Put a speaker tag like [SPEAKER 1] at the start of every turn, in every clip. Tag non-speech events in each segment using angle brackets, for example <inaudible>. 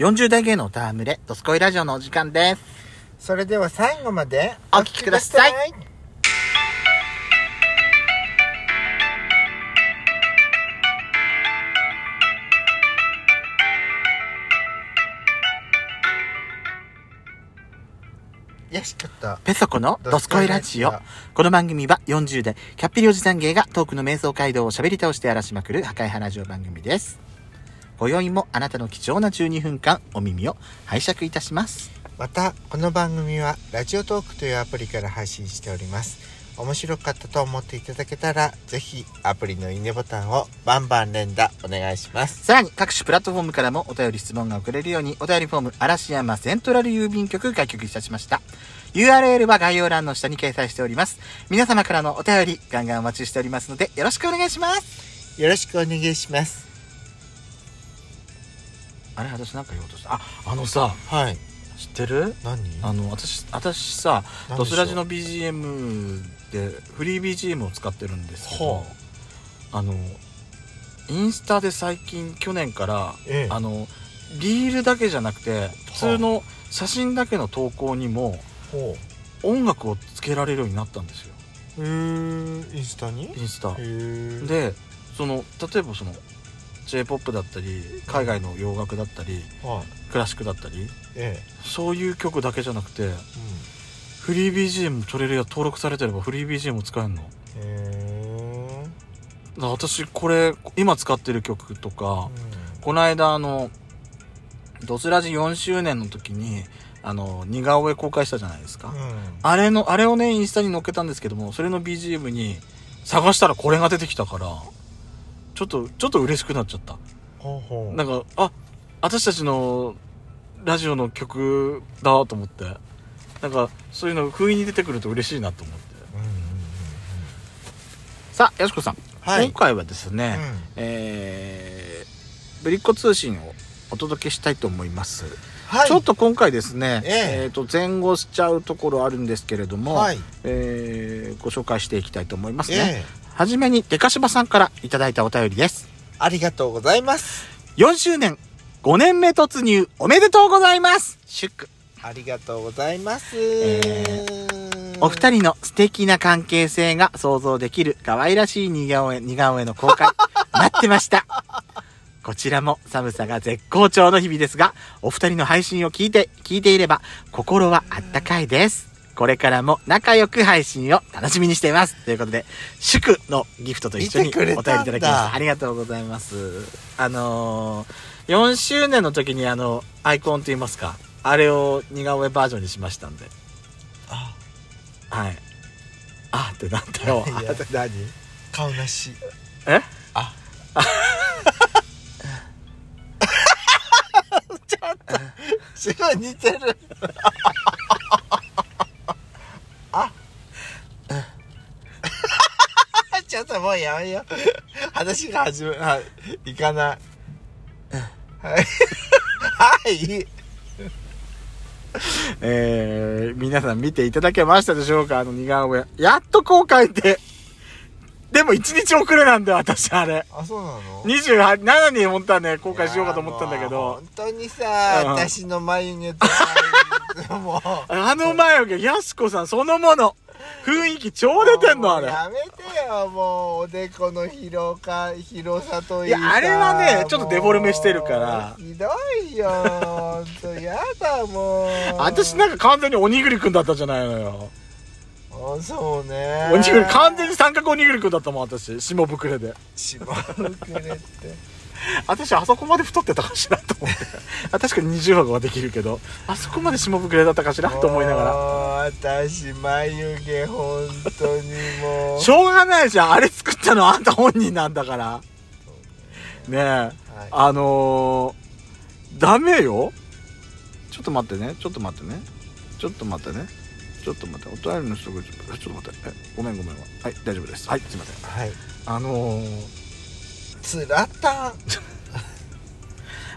[SPEAKER 1] 40代芸能タームレ、ドスコイラジオのお時間です。
[SPEAKER 2] それでは最後まで
[SPEAKER 1] お聞きください
[SPEAKER 2] よしちょっと
[SPEAKER 1] ペソコのドスコイラジオ。この番組は40代、キャッピリおじさん芸がトークの瞑想街道を喋り倒して荒らしまくる破壊派ラジオ番組です。今宵もあなたの貴重な12分間、お耳を拝借いたします。
[SPEAKER 2] またこの番組はラジオトークというアプリから配信しております面白かったと思っていただけたらぜひアプリのいいねボタンをバンバン連打お願いします
[SPEAKER 1] さらに各種プラットフォームからもお便り質問が送れるようにお便りフォーム嵐山セントラル郵便局開局いたしました URL は概要欄の下に掲載しております皆様からのお便りガンガンお待ちしておりますのでよろしくお願いします
[SPEAKER 2] よろしくお願いします
[SPEAKER 1] あれ私なんか言おうとしたああのさ
[SPEAKER 2] はい
[SPEAKER 1] 知ってる
[SPEAKER 2] 何
[SPEAKER 1] あの私私さ
[SPEAKER 2] 何でしょう
[SPEAKER 1] ドスラジの BGM でフリー BGM を使ってるんですけど
[SPEAKER 2] は
[SPEAKER 1] あのインスタで最近去年から
[SPEAKER 2] ええ
[SPEAKER 1] あのリールだけじゃなくて普通の写真だけの投稿にも
[SPEAKER 2] ほ
[SPEAKER 1] 音楽をつけられるようになったんですよ
[SPEAKER 2] うへーインスタに
[SPEAKER 1] インスタ
[SPEAKER 2] へー
[SPEAKER 1] でその例えばその j p o p だったり海外の洋楽だったり
[SPEAKER 2] はい
[SPEAKER 1] クラシックだったり
[SPEAKER 2] ええ
[SPEAKER 1] そういう曲だけじゃなくてフリー BGM 取れるや登録されてればフリー BGM も使えるのだか
[SPEAKER 2] うんへ
[SPEAKER 1] ら私これ今使ってる曲と
[SPEAKER 2] ー
[SPEAKER 1] か
[SPEAKER 2] うん
[SPEAKER 1] この間あの「ドスラジ」4周年の時にあの似顔絵公開したじゃないですか、
[SPEAKER 2] うん
[SPEAKER 1] あれの、あれをね、インスタに載っけたんですけども、それの BGM に探したらこれが出てきたから、ちょっと、ちょっと嬉しくなっちゃった。
[SPEAKER 2] ほうほう
[SPEAKER 1] なんか、あ、私たちのラジオの曲だと思って、なんか、そういうの不意に出てくると嬉しいなと思って。
[SPEAKER 2] うんうん
[SPEAKER 1] さあ、やしこさん。
[SPEAKER 2] はい
[SPEAKER 1] 今回はです
[SPEAKER 2] うん
[SPEAKER 1] ね、
[SPEAKER 2] うん
[SPEAKER 1] えー、ぶりっ子通信をお届けしたいと思います。
[SPEAKER 2] はい
[SPEAKER 1] ちょっと今回ですね、
[SPEAKER 2] ええ
[SPEAKER 1] えっ、と、前後しちゃうところあるんですけれども、
[SPEAKER 2] はい
[SPEAKER 1] えーご紹介していきたいと思いますね。
[SPEAKER 2] ええ
[SPEAKER 1] はじめに、デカシバさんからいただいたお便りです。
[SPEAKER 2] ありがとうございます
[SPEAKER 1] 4周年、5年目突入、おめでとうございます祝
[SPEAKER 2] ありがとうございます、
[SPEAKER 1] お二人の素敵な関係性が想像できる可愛らしい似顔絵、似顔絵の公
[SPEAKER 2] <laughs>
[SPEAKER 1] 開、待ってました。こちらも寒さが絶好調の日々ですが、お二人の配信を聞いて、聞いていれば、心はあったかいです。これからも仲良く配信を楽しみにしています。ということで、祝のギフトと一緒に
[SPEAKER 2] 見
[SPEAKER 1] お
[SPEAKER 2] て
[SPEAKER 1] 便
[SPEAKER 2] く
[SPEAKER 1] りい
[SPEAKER 2] れ
[SPEAKER 1] た
[SPEAKER 2] たん
[SPEAKER 1] だ
[SPEAKER 2] だ
[SPEAKER 1] きました。ありがとうございます。あのー、4周年の時にあの、アイコンと言いますか、あれを似顔絵バージョンにしましたんで。
[SPEAKER 2] あ
[SPEAKER 1] はい。あってなったよ。
[SPEAKER 2] <laughs> いや何顔なし
[SPEAKER 1] え
[SPEAKER 2] あちょっとすごい似てるあちょっともうやめよう話が始めはいいかないはいはい
[SPEAKER 1] <laughs> えー、皆さん見ていただけましたでしょうかあの似顔絵。やっと公開で。でも1日遅れなんだよ、私あれ。
[SPEAKER 2] あそうなの
[SPEAKER 1] 28、7に本当はね、公開しようかと思ったんだけ
[SPEAKER 2] いやもう
[SPEAKER 1] ど
[SPEAKER 2] 本、当にさ、
[SPEAKER 1] うん
[SPEAKER 2] 私の眉毛とかもう
[SPEAKER 1] あの眉毛、やすこさんそのもの。雰囲気超出てんの、あれ。
[SPEAKER 2] やめてよもうおでこの広か広さとい
[SPEAKER 1] いやあれはねちょっとデフォルメしてるから
[SPEAKER 2] もうひどいよ本当やだもう
[SPEAKER 1] 私なんか完全におにぎりくんだったじゃないのよ。
[SPEAKER 2] あそうね
[SPEAKER 1] おにぎり、完全に三角おにぎりくんだったもん、私。下膨れで。
[SPEAKER 2] しまうくれって
[SPEAKER 1] 私あそこまで太ってたかしらと思って <laughs> あ確かに20箱はできるけどあそこまで下膨れだったかしらと思いなが
[SPEAKER 2] ら私眉毛本当にも
[SPEAKER 1] ら
[SPEAKER 2] う
[SPEAKER 1] しょうがないじゃんあれ作ったのはあんた本人なんだからねえ、
[SPEAKER 2] はい
[SPEAKER 1] あのー、ダメよちょっと待ってねちょっと待ってねちょっと待ってねちょっと待ってお便りの人がちょちょっと待ってえごめんごめんはい大丈夫ですはいすいません
[SPEAKER 2] はい
[SPEAKER 1] あのー、
[SPEAKER 2] つらたん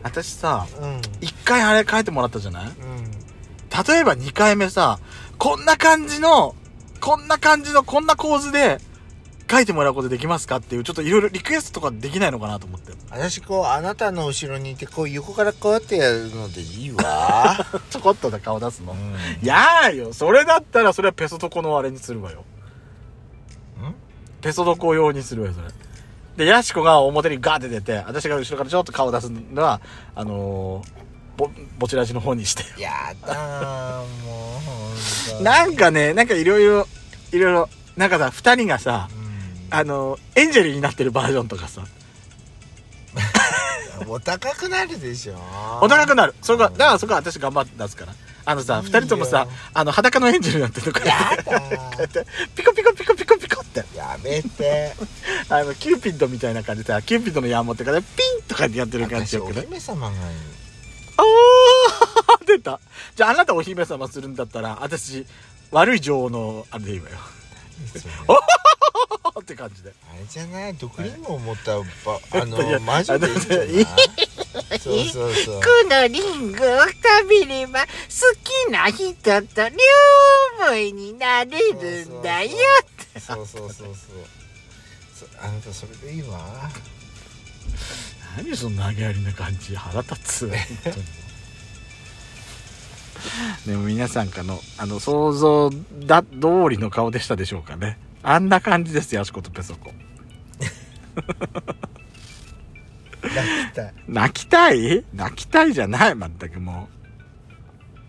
[SPEAKER 1] 私さ
[SPEAKER 2] うん
[SPEAKER 1] 1回あれ書いてもらったじゃない
[SPEAKER 2] うん
[SPEAKER 1] 例えば2回目さ、こんな感じの、こんな感じの、こんな構図で、書いてもらうことできますかっていう、ちょっといろいろリクエストとかできないのかなと思って。
[SPEAKER 2] 私こうあなたの後ろにいてこう横からこうやってやるのでいいわ、
[SPEAKER 1] ちょこっとだ顔出すの。
[SPEAKER 2] う
[SPEAKER 1] やーよそれだったらそれはペソドコのあれにするわよ。
[SPEAKER 2] ん
[SPEAKER 1] ペソドコ用にするわよ、それ。で、ヤシコが表にガーって出て、私が後ろからちょっと顔出すのは、あのー、ぼ、ぼちらじの方にして。
[SPEAKER 2] やだーもうほんとに
[SPEAKER 1] なんかね、なんかいろいろ、いろいろ、なんかさ、二人がさ、
[SPEAKER 2] うん
[SPEAKER 1] あの、エンジェルになってるバージョンとかさ、
[SPEAKER 2] お高くなるでしょ
[SPEAKER 1] お高くなる。そこは、
[SPEAKER 2] うん
[SPEAKER 1] だからそこは私頑張って出すから。あのさ、
[SPEAKER 2] いい
[SPEAKER 1] 二
[SPEAKER 2] よ
[SPEAKER 1] 人ともさ、あの、裸のエンジェルになってるとかやって、
[SPEAKER 2] <laughs> やだ
[SPEAKER 1] ピコピコピコピコピコって、
[SPEAKER 2] やめて
[SPEAKER 1] あの、キューピッドみたいな感じでさ、キューピッドの矢持ってから、ピンとかってやってる感じ
[SPEAKER 2] 私
[SPEAKER 1] よ
[SPEAKER 2] お
[SPEAKER 1] くない
[SPEAKER 2] 姫様がいい
[SPEAKER 1] おー <laughs> 出た。じゃああなたお姫様するんだったら、私、悪い女王の、あれでいいわよ。 <laughs>
[SPEAKER 2] ですよね
[SPEAKER 1] って感じで。
[SPEAKER 2] あれじゃない毒リンゴを持ったばあの
[SPEAKER 1] いや
[SPEAKER 2] 魔女でいいんじゃない
[SPEAKER 1] いや
[SPEAKER 2] そうそうそう
[SPEAKER 3] のリンゴを食べれば好きな人と両思いになれるんだよ
[SPEAKER 2] そうそうそうそうそあなたそれでいいわ
[SPEAKER 1] 何その投げやりな感じ腹立つでも皆さんかのあの想像だ通りの顔でしたでしょうかねあんな感じですよ足ことペソコ
[SPEAKER 2] 泣きたい
[SPEAKER 1] 泣きたい泣きたいじゃない全くも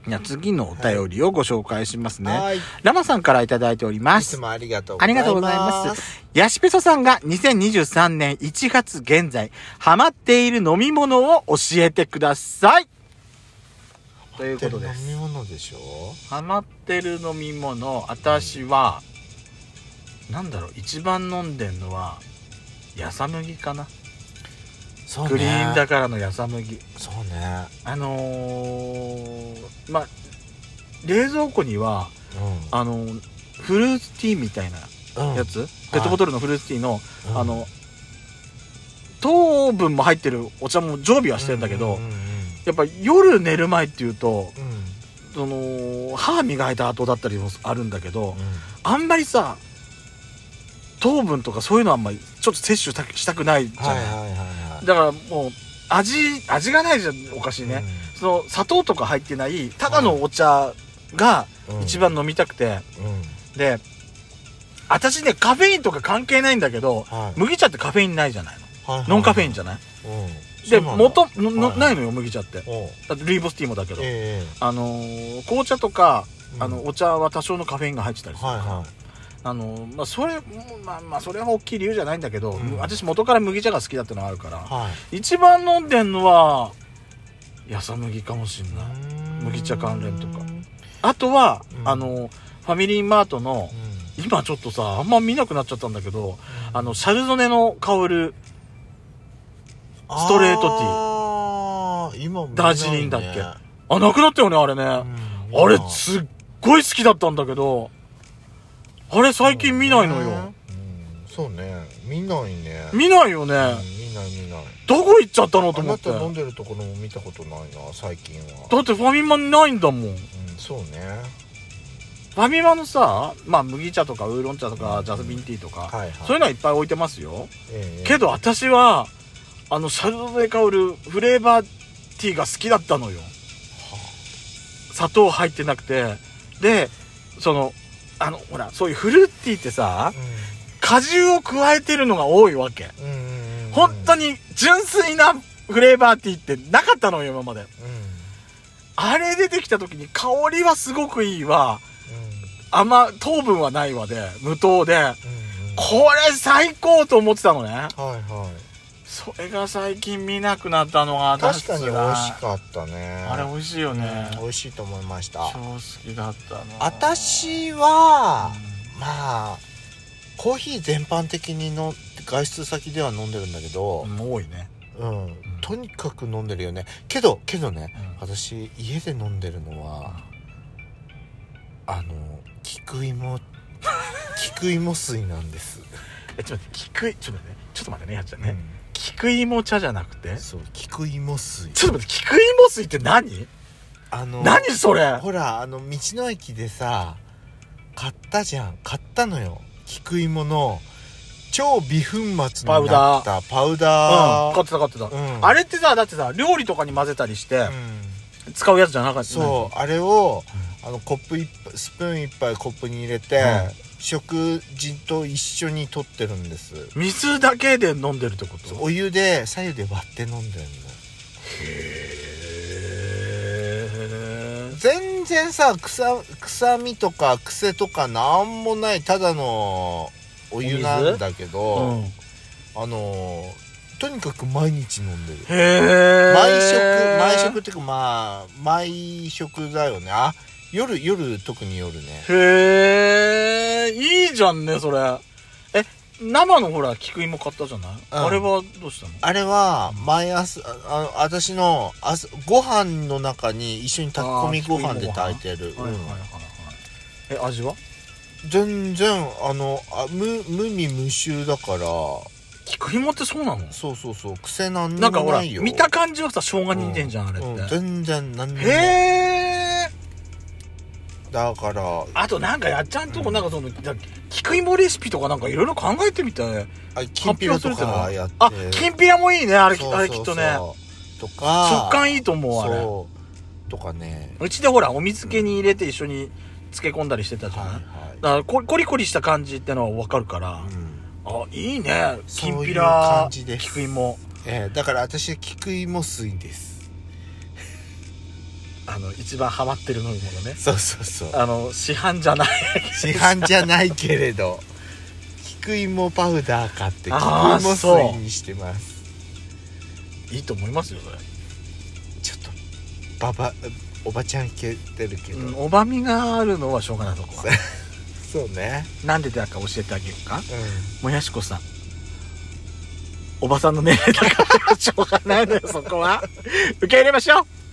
[SPEAKER 1] ういや次のお便りをご紹介しますね、
[SPEAKER 2] はいい
[SPEAKER 1] ラマさんから頂いておりま
[SPEAKER 2] つ
[SPEAKER 1] す
[SPEAKER 2] もありがとう
[SPEAKER 1] ありがとうございます。ヤシペソさんが2023年1月現在、ハマっている飲み物を教えてください。という
[SPEAKER 2] とい
[SPEAKER 1] こ
[SPEAKER 2] うこととで
[SPEAKER 1] で
[SPEAKER 2] 飲み
[SPEAKER 1] す。
[SPEAKER 2] 物でしょ
[SPEAKER 1] ハマってる飲み物、私は、なんだろう、一番飲んでんのは、やさ麦かな。
[SPEAKER 2] そうね
[SPEAKER 1] グリーンだからのやさ麦。
[SPEAKER 2] そうね
[SPEAKER 1] あのー、まあ、冷蔵庫には、
[SPEAKER 2] う
[SPEAKER 1] あのーフルーツティーみたいなん
[SPEAKER 2] うん
[SPEAKER 1] やつ、ペットボトルのフルーツティーの、
[SPEAKER 2] うん
[SPEAKER 1] あの糖分も入ってるお茶も常備はしてるんだけど、
[SPEAKER 2] うんうん
[SPEAKER 1] やっぱ夜寝る前っていうと
[SPEAKER 2] うんうん
[SPEAKER 1] その歯磨いた後だったりもあるんだけど、
[SPEAKER 2] うん
[SPEAKER 1] あんまりさ糖分とかそういうのあんまりちょっと摂取したしたくないじゃ
[SPEAKER 2] はい
[SPEAKER 1] な、
[SPEAKER 2] はいいはいはい
[SPEAKER 1] だからもう味味がないじゃんおかしいね、その砂糖とか入ってないただのお茶が
[SPEAKER 2] うん
[SPEAKER 1] 一番飲みたくて、
[SPEAKER 2] うん
[SPEAKER 1] で私ねカフェインとか関係ないんだけど
[SPEAKER 2] はい
[SPEAKER 1] 麦茶ってカフェインないじゃないの
[SPEAKER 2] はいはい
[SPEAKER 1] ノンカフェインじゃない
[SPEAKER 2] うん
[SPEAKER 1] で、
[SPEAKER 2] そうなんだ
[SPEAKER 1] 元、のの
[SPEAKER 2] はい
[SPEAKER 1] ないのよ、麦茶って。
[SPEAKER 2] おう
[SPEAKER 1] だってルイボスティーもだけど。
[SPEAKER 2] え
[SPEAKER 1] あのー紅茶とか、
[SPEAKER 2] え
[SPEAKER 1] あの、お茶は多少のカフェインが入ってたりする。
[SPEAKER 2] はいは
[SPEAKER 1] あのーまあ、それ、まあ、まあ、それは大きい理由じゃないんだけど、
[SPEAKER 2] うん
[SPEAKER 1] 私元から麦茶が好きだってのがあるから、
[SPEAKER 2] いはい
[SPEAKER 1] 一番飲んでんのは、やさ麦かもしんない。麦
[SPEAKER 2] 麦
[SPEAKER 1] 茶関連とか
[SPEAKER 2] うん
[SPEAKER 1] あとは、
[SPEAKER 2] うん
[SPEAKER 1] あのーファミリーマートの、今ちょっとさ、あんま見なくなっちゃったんだけど、あの、シャルゾネの香るストレートティー
[SPEAKER 2] あー今も見ないね
[SPEAKER 1] ダージリンだっけあ、なくなったよね、あれね。
[SPEAKER 2] うん
[SPEAKER 1] あれ
[SPEAKER 2] 今
[SPEAKER 1] すっごい好きだったんだけど、あれ最近見ないのよ。
[SPEAKER 2] うんそうね見ないね
[SPEAKER 1] 見ないよね。
[SPEAKER 2] うん見ない見ない
[SPEAKER 1] どこ行っちゃったのと
[SPEAKER 2] あ
[SPEAKER 1] 思
[SPEAKER 2] な
[SPEAKER 1] って。
[SPEAKER 2] た
[SPEAKER 1] だ
[SPEAKER 2] 飲んでるところも見たことないな最近は
[SPEAKER 1] ってファミマにないんだもん。フ
[SPEAKER 2] うんそうね
[SPEAKER 1] ァミマのさ、まあ麦茶とかウーロン茶とかジャスミンティーとか、
[SPEAKER 2] はいはい
[SPEAKER 1] そういうのはいっぱい置いてますよ。
[SPEAKER 2] ええ
[SPEAKER 1] けど私は、あのシャルドネ香るフレーバーティーが好きだったのよ。砂糖入ってなくて。で、その、あの、ほら、そういうフルーティーってさ、果汁を加えてるのが多いわけ。
[SPEAKER 2] うんうんうんうん
[SPEAKER 1] 本当に純粋なフレーバーティーってなかったのよ、今まで。
[SPEAKER 2] うんうん
[SPEAKER 1] あれ出てきた時に香りはすごくいいわ。甘、糖分はないわで、無糖で。
[SPEAKER 2] うんうん
[SPEAKER 1] これ最高と思ってたのね。
[SPEAKER 2] はいはい
[SPEAKER 1] それが最近見なくなったのが、
[SPEAKER 2] 確かに美味し
[SPEAKER 1] い。
[SPEAKER 2] かったね
[SPEAKER 1] あれ美味しいよね。
[SPEAKER 2] うん美味しいと思いました
[SPEAKER 1] 超好きだったの。
[SPEAKER 2] 私
[SPEAKER 1] うん、
[SPEAKER 2] はまあコーヒー全般的にの外出先では飲んでるんだけど、
[SPEAKER 1] 多いね。
[SPEAKER 2] うんとにかく飲んでるよねけどけどね、
[SPEAKER 1] うん
[SPEAKER 2] 私家で飲んでるのはあの菊芋菊芋水なんです、
[SPEAKER 1] え、ちょっと待って、菊い、ちょっと待ってね。ちょっと待ってね、やっちゃん
[SPEAKER 2] う
[SPEAKER 1] ね。菊芋茶じゃなくて
[SPEAKER 2] ん、そう菊芋水
[SPEAKER 1] ちょっと待って、菊芋水って何
[SPEAKER 2] あの
[SPEAKER 1] 何それ
[SPEAKER 2] ほらあの道の駅でさ買ったじゃん買ったのよ菊芋の超微粉末になったパウダー
[SPEAKER 1] 買ってた買ってた、
[SPEAKER 2] うん
[SPEAKER 1] あれってさだってさ料理とかに混ぜたりして
[SPEAKER 2] うん
[SPEAKER 1] 使うやつじゃなかった
[SPEAKER 2] そうあれをあのコップ一杯スプーン一杯コップに入れて、
[SPEAKER 1] う
[SPEAKER 2] 食事と一緒に取ってるんです
[SPEAKER 1] う水だけで飲んでるってこと
[SPEAKER 2] お湯で左右で割って飲んでるの
[SPEAKER 1] へー
[SPEAKER 2] 全然さ臭臭みとか癖とかなんもないただのお湯なんだけ
[SPEAKER 1] う
[SPEAKER 2] ど、
[SPEAKER 1] ん
[SPEAKER 2] あのとにかく毎日飲んでる
[SPEAKER 1] へえ
[SPEAKER 2] 毎食毎食っていうかまあ毎食だよねあ夜夜特に夜ね
[SPEAKER 1] へえいいじゃんねそれえ生のほら菊芋買ったじゃない、あれはどうしたの
[SPEAKER 2] あれは毎朝ああ私の朝ご飯の中に一緒に炊き込みご飯で炊いて
[SPEAKER 1] はい
[SPEAKER 2] る、
[SPEAKER 1] はいはいはいえ味は
[SPEAKER 2] うん全然あのあ無無味無臭だから
[SPEAKER 1] 菊芋ってそうなの
[SPEAKER 2] そうそうそう癖なんに
[SPEAKER 1] なんか
[SPEAKER 2] も
[SPEAKER 1] ほら
[SPEAKER 2] ないよ
[SPEAKER 1] 見た感じはさ生姜に似てんじゃん、
[SPEAKER 2] う
[SPEAKER 1] あれって、
[SPEAKER 2] うん全然何にも
[SPEAKER 1] へえ
[SPEAKER 2] だから
[SPEAKER 1] あとなんかやっちゃんとこなんかその、だ菊芋レシピとかなんかいろいろ考えてみたね
[SPEAKER 2] あきんぴらと
[SPEAKER 1] 発表するっての
[SPEAKER 2] か
[SPEAKER 1] は
[SPEAKER 2] やって
[SPEAKER 1] あきんぴらもいいねあれ
[SPEAKER 2] そう
[SPEAKER 1] あれ
[SPEAKER 2] そ
[SPEAKER 1] きっ
[SPEAKER 2] う
[SPEAKER 1] と
[SPEAKER 2] そう
[SPEAKER 1] ね
[SPEAKER 2] とか
[SPEAKER 1] 食感いいと思うあれ
[SPEAKER 2] そうとかね
[SPEAKER 1] うちでほらお水漬けに入れて一緒に漬け込んだりしてたじゃ
[SPEAKER 2] は
[SPEAKER 1] ない、
[SPEAKER 2] い
[SPEAKER 1] だからココリコリした感じってのは分かるから、
[SPEAKER 2] はい、うん
[SPEAKER 1] あいいね
[SPEAKER 2] そ
[SPEAKER 1] き
[SPEAKER 2] ういうん
[SPEAKER 1] ぴ
[SPEAKER 2] 感
[SPEAKER 1] ら
[SPEAKER 2] じです
[SPEAKER 1] 菊芋
[SPEAKER 2] えーだから私は菊芋水です
[SPEAKER 1] あの一番ハマってる飲み物ね
[SPEAKER 2] そうそうそう
[SPEAKER 1] あの市販じゃない
[SPEAKER 2] 市販じゃないけれど菊芋パウダー買って菊
[SPEAKER 1] あー
[SPEAKER 2] 芋
[SPEAKER 1] そう
[SPEAKER 2] 水にしてます
[SPEAKER 1] いいと思いますよそれ
[SPEAKER 2] ちょっとババおばちゃん系出るけど、
[SPEAKER 1] うんおばみがあるのはしょうがないとこは
[SPEAKER 2] そうね
[SPEAKER 1] なんでだか教えてあげようか
[SPEAKER 2] う
[SPEAKER 1] もやしこさんおばさんの年齢だからしょうがないのよそこは受け入れましょう